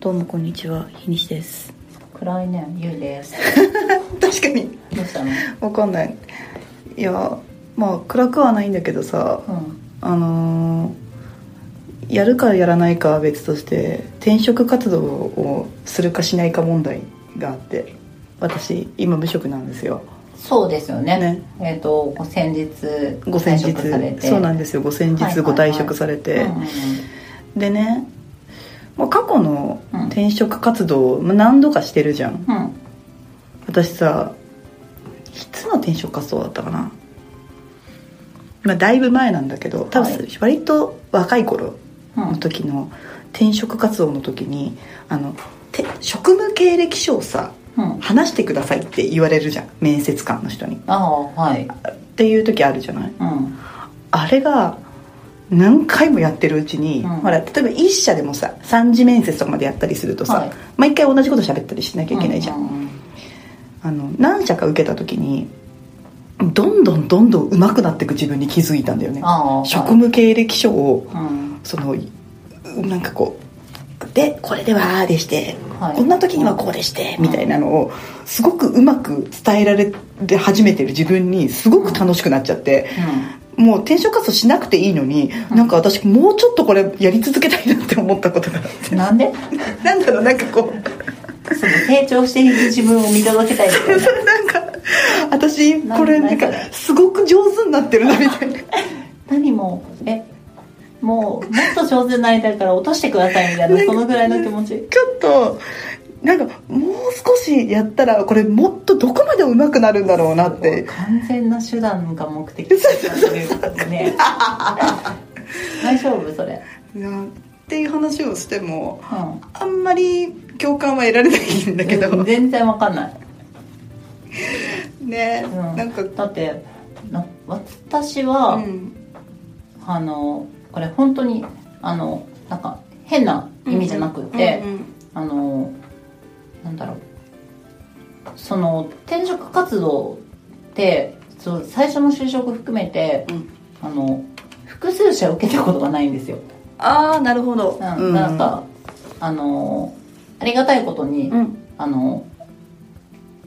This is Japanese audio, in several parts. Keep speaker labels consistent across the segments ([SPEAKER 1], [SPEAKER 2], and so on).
[SPEAKER 1] どうもこんにちは、ひにしです。
[SPEAKER 2] 暗いね、ゆいです。
[SPEAKER 1] 確かに、
[SPEAKER 2] ど うしたの？
[SPEAKER 1] わかんない。いや、まあ、暗くはないんだけどさ、
[SPEAKER 2] うん。
[SPEAKER 1] あのーやるかやらないかは別として、転職活動をするかしないか問題があって、私、今無職なんですよ。
[SPEAKER 2] そうですよね。
[SPEAKER 1] ね
[SPEAKER 2] えっ、と先日
[SPEAKER 1] ご先日
[SPEAKER 2] 退職され、て
[SPEAKER 1] そうなんですよ、ご先
[SPEAKER 2] はいはい
[SPEAKER 1] 日
[SPEAKER 2] はい
[SPEAKER 1] ご退職されて。
[SPEAKER 2] うんうんうん
[SPEAKER 1] でね、まあ、過去の
[SPEAKER 2] うん
[SPEAKER 1] 転職活動、まあ何度かしてるじゃん。
[SPEAKER 2] うん。
[SPEAKER 1] 私さいつの転職活動だったかな、まあ、だいぶ前なんだけど多分、
[SPEAKER 2] はい
[SPEAKER 1] 割と若い頃
[SPEAKER 2] うん
[SPEAKER 1] の時の転職活動の時にあのて職務経歴書をさ
[SPEAKER 2] うん。
[SPEAKER 1] 話してくださいって言われるじゃん面接官の人にっ
[SPEAKER 2] ああはい。
[SPEAKER 1] ていう時あるじゃない
[SPEAKER 2] うん。
[SPEAKER 1] あれが何回もやってるうちに、
[SPEAKER 2] うん
[SPEAKER 1] ほら例えば一社でもさ3次面接とかまでやったりするとさ、
[SPEAKER 2] はい
[SPEAKER 1] 毎回同じこと喋ったりしなきゃいけないじゃん
[SPEAKER 2] う、うん
[SPEAKER 1] あの何社か受けた時にどんどんどんどん上手くなっていく自分に気づいたんだよね
[SPEAKER 2] ああ。
[SPEAKER 1] 職務経歴書を
[SPEAKER 2] はい。うん。
[SPEAKER 1] そのなんかこうでこれではああでして、
[SPEAKER 2] はい
[SPEAKER 1] こんな時にはこうでして、
[SPEAKER 2] うん
[SPEAKER 1] みたいなのをすごくうまく伝えられて始めてる自分にすごく楽しくなっちゃって、もう転職活動しなくていいのに、
[SPEAKER 2] うん
[SPEAKER 1] なんか私もうちょっとこれやり続けたいなって思ったことがあっ
[SPEAKER 2] う
[SPEAKER 1] て
[SPEAKER 2] ん。
[SPEAKER 1] な
[SPEAKER 2] なんで？
[SPEAKER 1] んだろうなんかこう
[SPEAKER 2] その成長していく自分を見届けたいみたいな。
[SPEAKER 1] なんか私これなんかすごく上手になってるなみたいな
[SPEAKER 2] 何もえ。もうもっと上手になりたいから落としてくださいみたいな
[SPEAKER 1] なんか
[SPEAKER 2] そのぐらいの気持ち
[SPEAKER 1] ちょっとなんかもう少しやったらこれもっとどこまで上手くなるんだろうなって
[SPEAKER 2] 完全な手段が目的だったという ことですね大丈夫それ
[SPEAKER 1] いやっていう話をしても
[SPEAKER 2] うん
[SPEAKER 1] あんまり共感は得られないんだけ
[SPEAKER 2] う
[SPEAKER 1] ど
[SPEAKER 2] ん全然わかんない、
[SPEAKER 1] ね
[SPEAKER 2] うん、
[SPEAKER 1] なんか
[SPEAKER 2] だってな私は、
[SPEAKER 1] うん
[SPEAKER 2] あのこれ本当にあのなんか変な意味じゃなくて、
[SPEAKER 1] うん
[SPEAKER 2] あのなんだろうその転職活動ってそう最初の就職含めて
[SPEAKER 1] うん
[SPEAKER 2] あの複数社受けたことがないんですよ、
[SPEAKER 1] ああなるほど
[SPEAKER 2] うんなんかあのありがたいことに、
[SPEAKER 1] うん
[SPEAKER 2] あの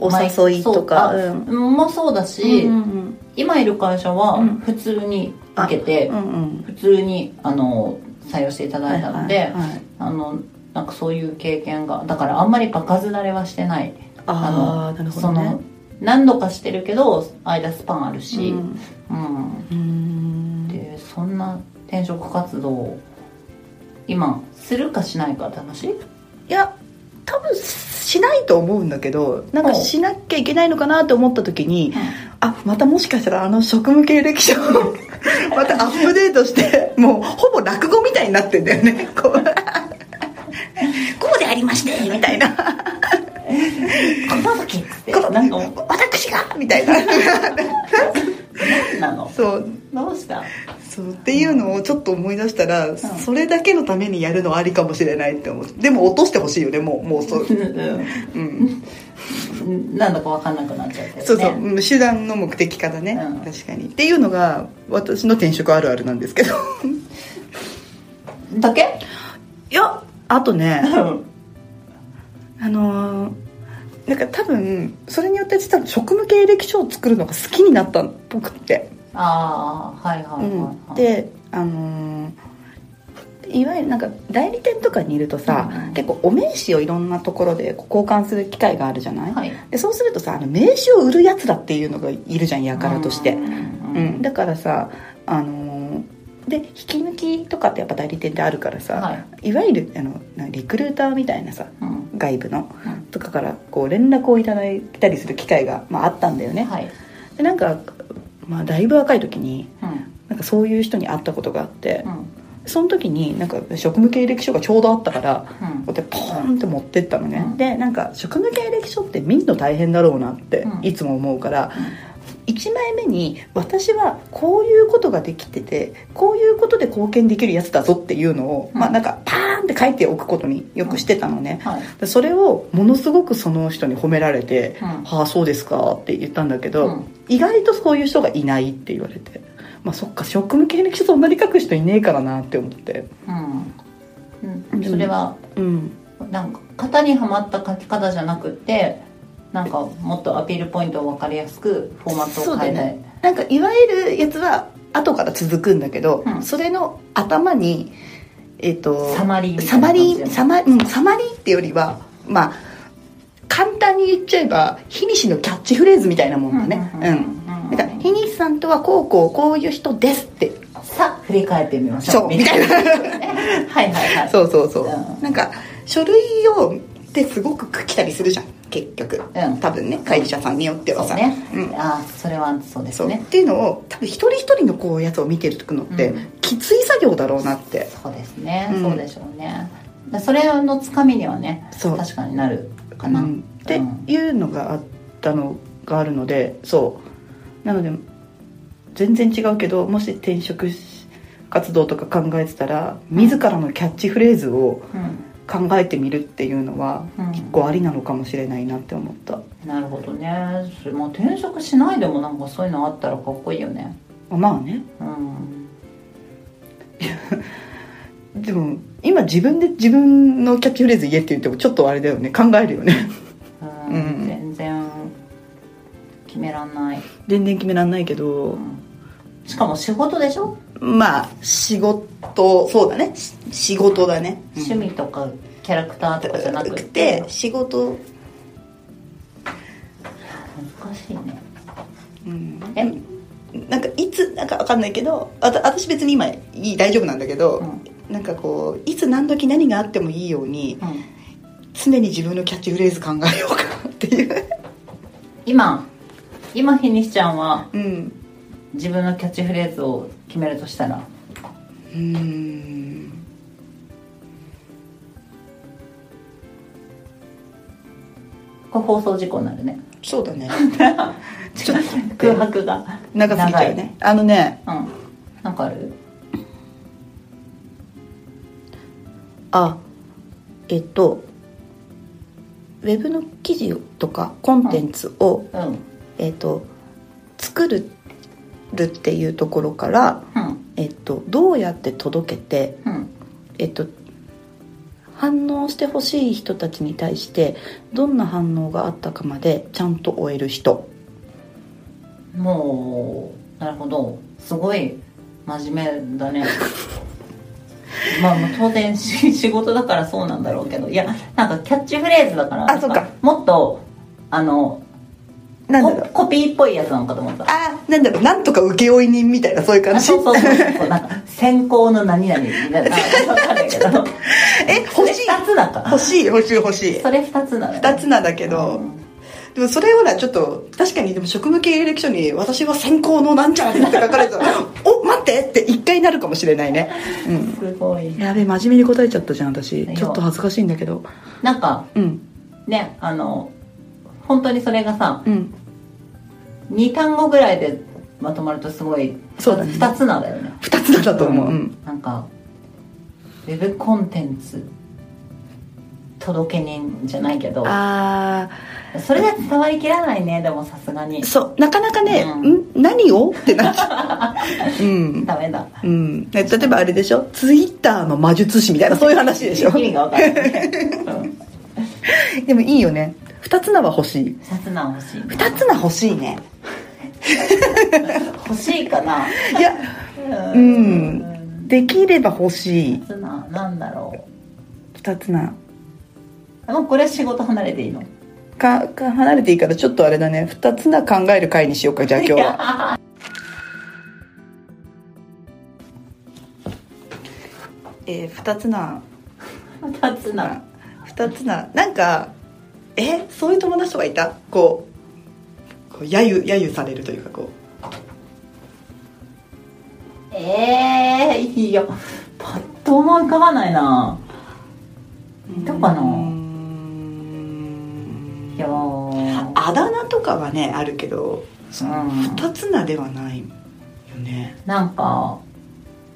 [SPEAKER 1] お誘いとか
[SPEAKER 2] そう
[SPEAKER 1] う
[SPEAKER 2] あ
[SPEAKER 1] ん
[SPEAKER 2] もそうだし、
[SPEAKER 1] うんうん
[SPEAKER 2] 今いる会社は
[SPEAKER 1] うん
[SPEAKER 2] 普通に受けて、
[SPEAKER 1] うんうん
[SPEAKER 2] 普通にあの採用していただいたので、
[SPEAKER 1] はいはいはい
[SPEAKER 2] あのなんかそういう経験がだからあんまり場数慣れはしてない
[SPEAKER 1] ああなるほど
[SPEAKER 2] そ
[SPEAKER 1] ね
[SPEAKER 2] の何度かしてるけど間スパンあるし、
[SPEAKER 1] う
[SPEAKER 2] うん
[SPEAKER 1] んうん
[SPEAKER 2] でそんな転職活動を今するかしないか楽しい
[SPEAKER 1] いや多分しないと思うんだけどなんか
[SPEAKER 2] おう
[SPEAKER 1] しなきゃいけないのかなと思った時にあまたもしかしたらあの職務経歴書を またアップデートしてもうほぼ落語みたいになってんだよねこうこうでありましてみたいな
[SPEAKER 2] この時っつって なんかもう
[SPEAKER 1] 私がみたいな
[SPEAKER 2] 何なの
[SPEAKER 1] そう
[SPEAKER 2] ど うした
[SPEAKER 1] そうっていうのをちょっと思い出したら、それだけのためにやるのはありかもしれないって思ってでも落としてほしいよねもうもうそう
[SPEAKER 2] う、ん
[SPEAKER 1] うん、
[SPEAKER 2] うんなんだか分かんなくなっちゃうけどね
[SPEAKER 1] そうそう、うん手段の目的化だね、
[SPEAKER 2] うん
[SPEAKER 1] 確かにっていうのが私の転職あるあるなんですけ ど
[SPEAKER 2] だけ
[SPEAKER 1] いやあとね
[SPEAKER 2] うん
[SPEAKER 1] あのーなんか多分それによって私多分職務経歴書を作るのが好きになったっぽくって、
[SPEAKER 2] ああはいはいはい、は
[SPEAKER 1] うん、
[SPEAKER 2] い、
[SPEAKER 1] であのーいわゆるなんか代理店とかにいるとさ、
[SPEAKER 2] うん
[SPEAKER 1] 結構お名刺をいろんなところでこう交換する機会があるじゃない、
[SPEAKER 2] はい
[SPEAKER 1] でそうするとさあの名刺を売るやつらっていうのがいるじゃんやからとして、
[SPEAKER 2] うん
[SPEAKER 1] う
[SPEAKER 2] うん
[SPEAKER 1] ん、だからさあのーで引き抜きとかってやっぱ代理店であるからさ、
[SPEAKER 2] はい
[SPEAKER 1] い、わゆるあのなリクルーターみたいなさ
[SPEAKER 2] うん
[SPEAKER 1] 外部の
[SPEAKER 2] うん
[SPEAKER 1] とかからこう連絡をいただいたりする機会が、まあ、あったんだよね、
[SPEAKER 2] はい、
[SPEAKER 1] でなんか、まあ、だいぶ若い時に
[SPEAKER 2] うん
[SPEAKER 1] なんかそういう人に会ったことがあって
[SPEAKER 2] うん
[SPEAKER 1] その時になんか職務経歴書がちょうどあったから
[SPEAKER 2] うん
[SPEAKER 1] こうやってポーンって持ってったのね、
[SPEAKER 2] うん
[SPEAKER 1] でなんか職務経歴書って見るの大変だろうなって
[SPEAKER 2] うん
[SPEAKER 1] いつも思うから、1枚目に私はこういうことができててこういうことで貢献できるやつだぞっていうのを、
[SPEAKER 2] うん
[SPEAKER 1] まあなんかパーンって書いておくことによくしてたのね、
[SPEAKER 2] はい
[SPEAKER 1] でそれをものすごくその人に褒められて「
[SPEAKER 2] うん
[SPEAKER 1] はあそうですか」って言ったんだけど、
[SPEAKER 2] うん
[SPEAKER 1] 意外とそういう人がいないって言われて。まあ、そっか職務経歴書そんなに書く人いねえからなって思って
[SPEAKER 2] うん、うん
[SPEAKER 1] でも
[SPEAKER 2] それは
[SPEAKER 1] うん
[SPEAKER 2] なんか型にはまった書き方じゃなくてなんかもっとアピールポイントを分かりやすくフォーマット
[SPEAKER 1] そ
[SPEAKER 2] を
[SPEAKER 1] うだ
[SPEAKER 2] 変え
[SPEAKER 1] よ
[SPEAKER 2] たい、
[SPEAKER 1] ねなんかいわゆるやつは後から続くんだけど、
[SPEAKER 2] うん
[SPEAKER 1] それの頭にえっ、と
[SPEAKER 2] サマリーみた
[SPEAKER 1] サ
[SPEAKER 2] いな
[SPEAKER 1] マ
[SPEAKER 2] 感
[SPEAKER 1] リ
[SPEAKER 2] じだ
[SPEAKER 1] ー
[SPEAKER 2] よね
[SPEAKER 1] サマ,、うん、サマリーってよりはまあ簡単に言っちゃえば日西のキャッチフレーズみたいなもんだねうん、
[SPEAKER 2] うん
[SPEAKER 1] だから日西さんとはこうこうこういう人ですって
[SPEAKER 2] さあ振り返ってみましょう
[SPEAKER 1] そうみたいな
[SPEAKER 2] はいはいはい
[SPEAKER 1] そうそうそう、
[SPEAKER 2] うん
[SPEAKER 1] なんか書類をってすごく来たりするじゃん結局、
[SPEAKER 2] うん
[SPEAKER 1] 多分ね会社さんによっては
[SPEAKER 2] そう
[SPEAKER 1] さ
[SPEAKER 2] ね、
[SPEAKER 1] うん
[SPEAKER 2] ああそれはそうです
[SPEAKER 1] そうっ
[SPEAKER 2] ね
[SPEAKER 1] ていうのを多分一人一人のこうやつを見てるのって、
[SPEAKER 2] うん
[SPEAKER 1] きつい作業だろうなって
[SPEAKER 2] そうですね、
[SPEAKER 1] うん
[SPEAKER 2] そうでしょうねだそれのつかみにはね
[SPEAKER 1] そう
[SPEAKER 2] 確かになるか
[SPEAKER 1] か
[SPEAKER 2] な、
[SPEAKER 1] な、
[SPEAKER 2] うん
[SPEAKER 1] っていうのがあったのがあるのでそうなので全然違うけどもし転職し活動とか考えてたら自らのキャッチフレーズを考えてみるっていうのは
[SPEAKER 2] うん
[SPEAKER 1] 結構ありなのかもしれないなって思った、
[SPEAKER 2] なるほどねそれまあ転職しないでもなんかそういうのあったらかっこいいよね
[SPEAKER 1] まあね
[SPEAKER 2] うん
[SPEAKER 1] でも今自分で自分のキャッチフレーズ言えって言ってもちょっとあれだよね考えるよね
[SPEAKER 2] うん
[SPEAKER 1] うん
[SPEAKER 2] 全然決めらんない、
[SPEAKER 1] 全然決めらんないけ
[SPEAKER 2] う
[SPEAKER 1] ど
[SPEAKER 2] んしかも仕事でしょ、
[SPEAKER 1] まあ仕事そうだねし仕事だね、
[SPEAKER 2] 趣味とかキャラクターとかじゃなくて
[SPEAKER 1] 仕事、
[SPEAKER 2] 難しいね
[SPEAKER 1] うん
[SPEAKER 2] え
[SPEAKER 1] なんかいつなんかわかんないけどあた私別に今いい大丈夫なんだけど、
[SPEAKER 2] う
[SPEAKER 1] なんかこういつ何時何があってもいいように
[SPEAKER 2] うん
[SPEAKER 1] 常に自分のキャッチフレーズ考えようかなっていう、
[SPEAKER 2] 今今日にしちゃんは
[SPEAKER 1] うん、
[SPEAKER 2] 自分のキャッチフレーズを決めるとしたら
[SPEAKER 1] うん
[SPEAKER 2] これ放送事故になるね
[SPEAKER 1] そうだねちょっと待って
[SPEAKER 2] 空白が
[SPEAKER 1] 長すぎちゃうねあのね
[SPEAKER 2] 長いうんなんかある
[SPEAKER 1] あえっとウェブの記事とかコンテンツを、
[SPEAKER 2] うんうん
[SPEAKER 1] えっと作るるっていうところから、えっとどうやって届けて、
[SPEAKER 2] うん
[SPEAKER 1] えっと反応してほしい人たちに対してどんな反応があったかまでちゃんと終える人
[SPEAKER 2] もうなるほどすごい真面目だね まあまあ当然し仕事だからそうなんだろうけどいやなんかキャッチフレーズだから
[SPEAKER 1] あ
[SPEAKER 2] なん
[SPEAKER 1] そっか
[SPEAKER 2] もっとあの
[SPEAKER 1] なんだ
[SPEAKER 2] コ
[SPEAKER 1] ろう
[SPEAKER 2] コピーっぽいやつなのかと思った
[SPEAKER 1] あなんだろうなんとか請負人みたいなそういう感
[SPEAKER 2] あ
[SPEAKER 1] じ
[SPEAKER 2] そうそうそうそうなんか先行の何々みたい な分かんないけど
[SPEAKER 1] え
[SPEAKER 2] そ
[SPEAKER 1] 欲
[SPEAKER 2] れ
[SPEAKER 1] しい
[SPEAKER 2] 2つだから
[SPEAKER 1] 欲しい欲しい欲しい
[SPEAKER 2] それ2つなのよ
[SPEAKER 1] 2つなんだけど、でもそれほらちょっと確かにでも職務経歴書に「私は専攻のなんちゃら」って書かれたら「お待って!」って一回なるかもしれないね、うん、
[SPEAKER 2] すごい
[SPEAKER 1] やべえ真面目に答えちゃったじゃん私
[SPEAKER 2] いや
[SPEAKER 1] ちょっと恥ずかしいんだけど
[SPEAKER 2] なんか
[SPEAKER 1] うん
[SPEAKER 2] ねあの本当にそれがさ
[SPEAKER 1] うん
[SPEAKER 2] 2単語ぐらいでまとまるとすごい
[SPEAKER 1] そうだね
[SPEAKER 2] 2つなんだよね
[SPEAKER 1] 2つだと思う、うん、
[SPEAKER 2] なんかウェブコンテンツ届け人じゃないけど
[SPEAKER 1] あ
[SPEAKER 2] それじゃ伝わりきらないねでもさすがに
[SPEAKER 1] ーそうなかなかね「
[SPEAKER 2] うん
[SPEAKER 1] ん何を?」ってなっちゃう うん
[SPEAKER 2] ダメだ
[SPEAKER 1] うん、ね例えばあれでしょツイッターの魔術師みたいなそういう話でしょ
[SPEAKER 2] 意味が分からない、うん、
[SPEAKER 1] でもいいよね2つなは欲しい
[SPEAKER 2] 2つなん欲しいな
[SPEAKER 1] 2つな欲しいね
[SPEAKER 2] 欲しいかない
[SPEAKER 1] やう
[SPEAKER 2] う
[SPEAKER 1] んできれば欲しい
[SPEAKER 2] 2つななんだろ
[SPEAKER 1] 2つな
[SPEAKER 2] うもうこれは仕事離れていいの
[SPEAKER 1] かか離れていいからちょっとあれだね2つな考える回にしようかじゃあ今日はえー、2つな
[SPEAKER 2] 2つな
[SPEAKER 1] 2つななんかえそういう友達とかいたこうこう揶揄揶揄されるというかこ
[SPEAKER 2] ええいいよパッと思い浮かばないな
[SPEAKER 1] う
[SPEAKER 2] いたかな
[SPEAKER 1] うーん
[SPEAKER 2] いやー
[SPEAKER 1] あだ名とかはねあるけどその
[SPEAKER 2] うん
[SPEAKER 1] 2つなではないよね
[SPEAKER 2] なんか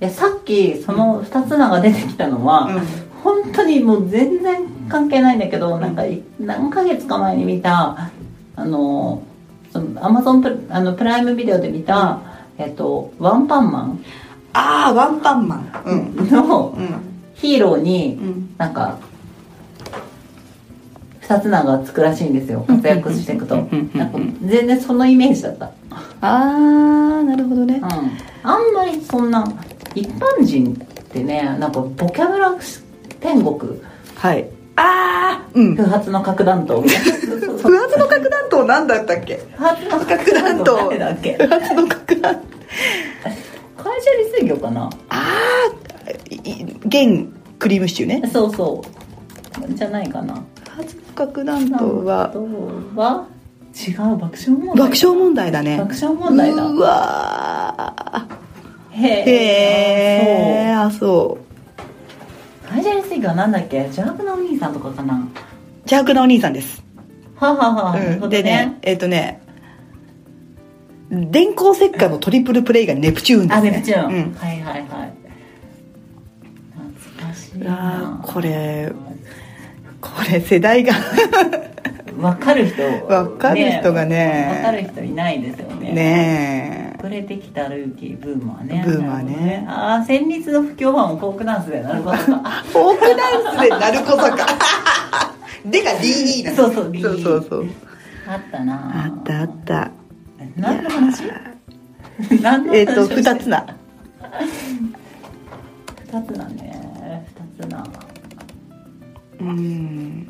[SPEAKER 2] いやさっきその2つなが出てきたのは、
[SPEAKER 1] うん
[SPEAKER 2] 本当にもう全然関係ないんだけどなんかい何ヶ月か前に見たあのそのアマゾンプあのプライムビデオで見た、えっと、ワンパンマン
[SPEAKER 1] ああワンパンマンうん
[SPEAKER 2] の
[SPEAKER 1] うん
[SPEAKER 2] ヒーローに
[SPEAKER 1] うん
[SPEAKER 2] なんか二つ名がつくらしいんですよ活躍していくと
[SPEAKER 1] うんうんうん
[SPEAKER 2] なんか全然そのイメージだった、
[SPEAKER 1] あーなるほどね
[SPEAKER 2] うん、あんまりそんな一般人ってねなんかボキャブラ天国
[SPEAKER 1] はいあーうん
[SPEAKER 2] 不発の核弾頭
[SPEAKER 1] 不発の核弾頭なんだったっけ
[SPEAKER 2] 不発の
[SPEAKER 1] 核弾頭
[SPEAKER 2] 誰だっけ
[SPEAKER 1] 不発の核弾頭
[SPEAKER 2] 会社利水魚かな
[SPEAKER 1] あー現クリームシチューね
[SPEAKER 2] そうそうじゃないかな
[SPEAKER 1] 不発の核弾頭は
[SPEAKER 2] 弾頭は違う爆笑問題
[SPEAKER 1] 爆笑問題だね
[SPEAKER 2] 爆笑問題だ
[SPEAKER 1] うわ
[SPEAKER 2] へ
[SPEAKER 1] ーへえあそう
[SPEAKER 2] そう会社利水魚はなんだっけ邪悪なお兄さんとかかな
[SPEAKER 1] 邪悪なお兄さんです、
[SPEAKER 2] ははは、なる
[SPEAKER 1] う
[SPEAKER 2] ほ
[SPEAKER 1] ん、
[SPEAKER 2] ど
[SPEAKER 1] でねえっ、とね電光石火のトリプルプレイがネプチューンです、ね、
[SPEAKER 2] あネプチューン、
[SPEAKER 1] うん
[SPEAKER 2] はいはいはい懐かしいうな
[SPEAKER 1] わーこれこれ世代が
[SPEAKER 2] わかる人
[SPEAKER 1] わかる人がね
[SPEAKER 2] わかる人いないですよね
[SPEAKER 1] ね
[SPEAKER 2] 遅れてきたルーキーブーマーね
[SPEAKER 1] ブーマーね
[SPEAKER 2] なるほどああ旋律の不協和音フォークダンスで なることか
[SPEAKER 1] えフォークダンスで鳴るこそ かでが DE なんだ
[SPEAKER 2] そうそう
[SPEAKER 1] そうそうそう
[SPEAKER 2] あったな
[SPEAKER 1] あったあった
[SPEAKER 2] 何の話何の話
[SPEAKER 1] えっ、と二
[SPEAKER 2] 2
[SPEAKER 1] つな
[SPEAKER 2] 2つだね2つな
[SPEAKER 1] うん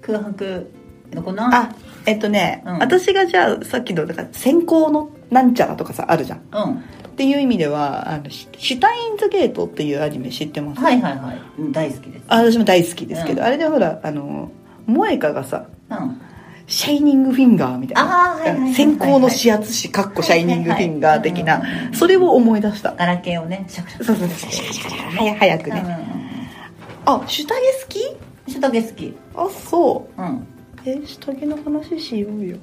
[SPEAKER 2] 空白のこの
[SPEAKER 1] あえっ、とね、
[SPEAKER 2] うん
[SPEAKER 1] 私がじゃあさっきのだから先行のなんちゃらとかさあるじゃんっ
[SPEAKER 2] うん
[SPEAKER 1] ていう意味ではあのシシュタインズゲートっていうアニメ知ってます、
[SPEAKER 2] はいはいはいうん大好きです
[SPEAKER 1] あ私も大好きですけど、
[SPEAKER 2] うん
[SPEAKER 1] あれでほらあの萌歌がさ
[SPEAKER 2] うん
[SPEAKER 1] シャイニングフィンガーみたいな
[SPEAKER 2] あーはいはいはいはい
[SPEAKER 1] 先行の指圧師かっこシャイニングフィンガー的
[SPEAKER 2] はいはいはいうんうん
[SPEAKER 1] な
[SPEAKER 2] うん
[SPEAKER 1] それを思い出した
[SPEAKER 2] ガラケーをねシャクシャク
[SPEAKER 1] そうそうそうシャシャシャシャ早早く
[SPEAKER 2] うんうん
[SPEAKER 1] ね
[SPEAKER 2] うん
[SPEAKER 1] あ下着好き
[SPEAKER 2] シュタゲ好き
[SPEAKER 1] あそう
[SPEAKER 2] う
[SPEAKER 1] え下着の話しようよ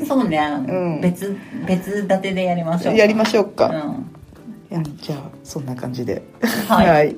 [SPEAKER 2] んそうね、
[SPEAKER 1] うん
[SPEAKER 2] 別別立てでやりましょう
[SPEAKER 1] やりましょう
[SPEAKER 2] う
[SPEAKER 1] か、
[SPEAKER 2] ん
[SPEAKER 1] うんじゃあそんな感じで
[SPEAKER 2] はい
[SPEAKER 1] はい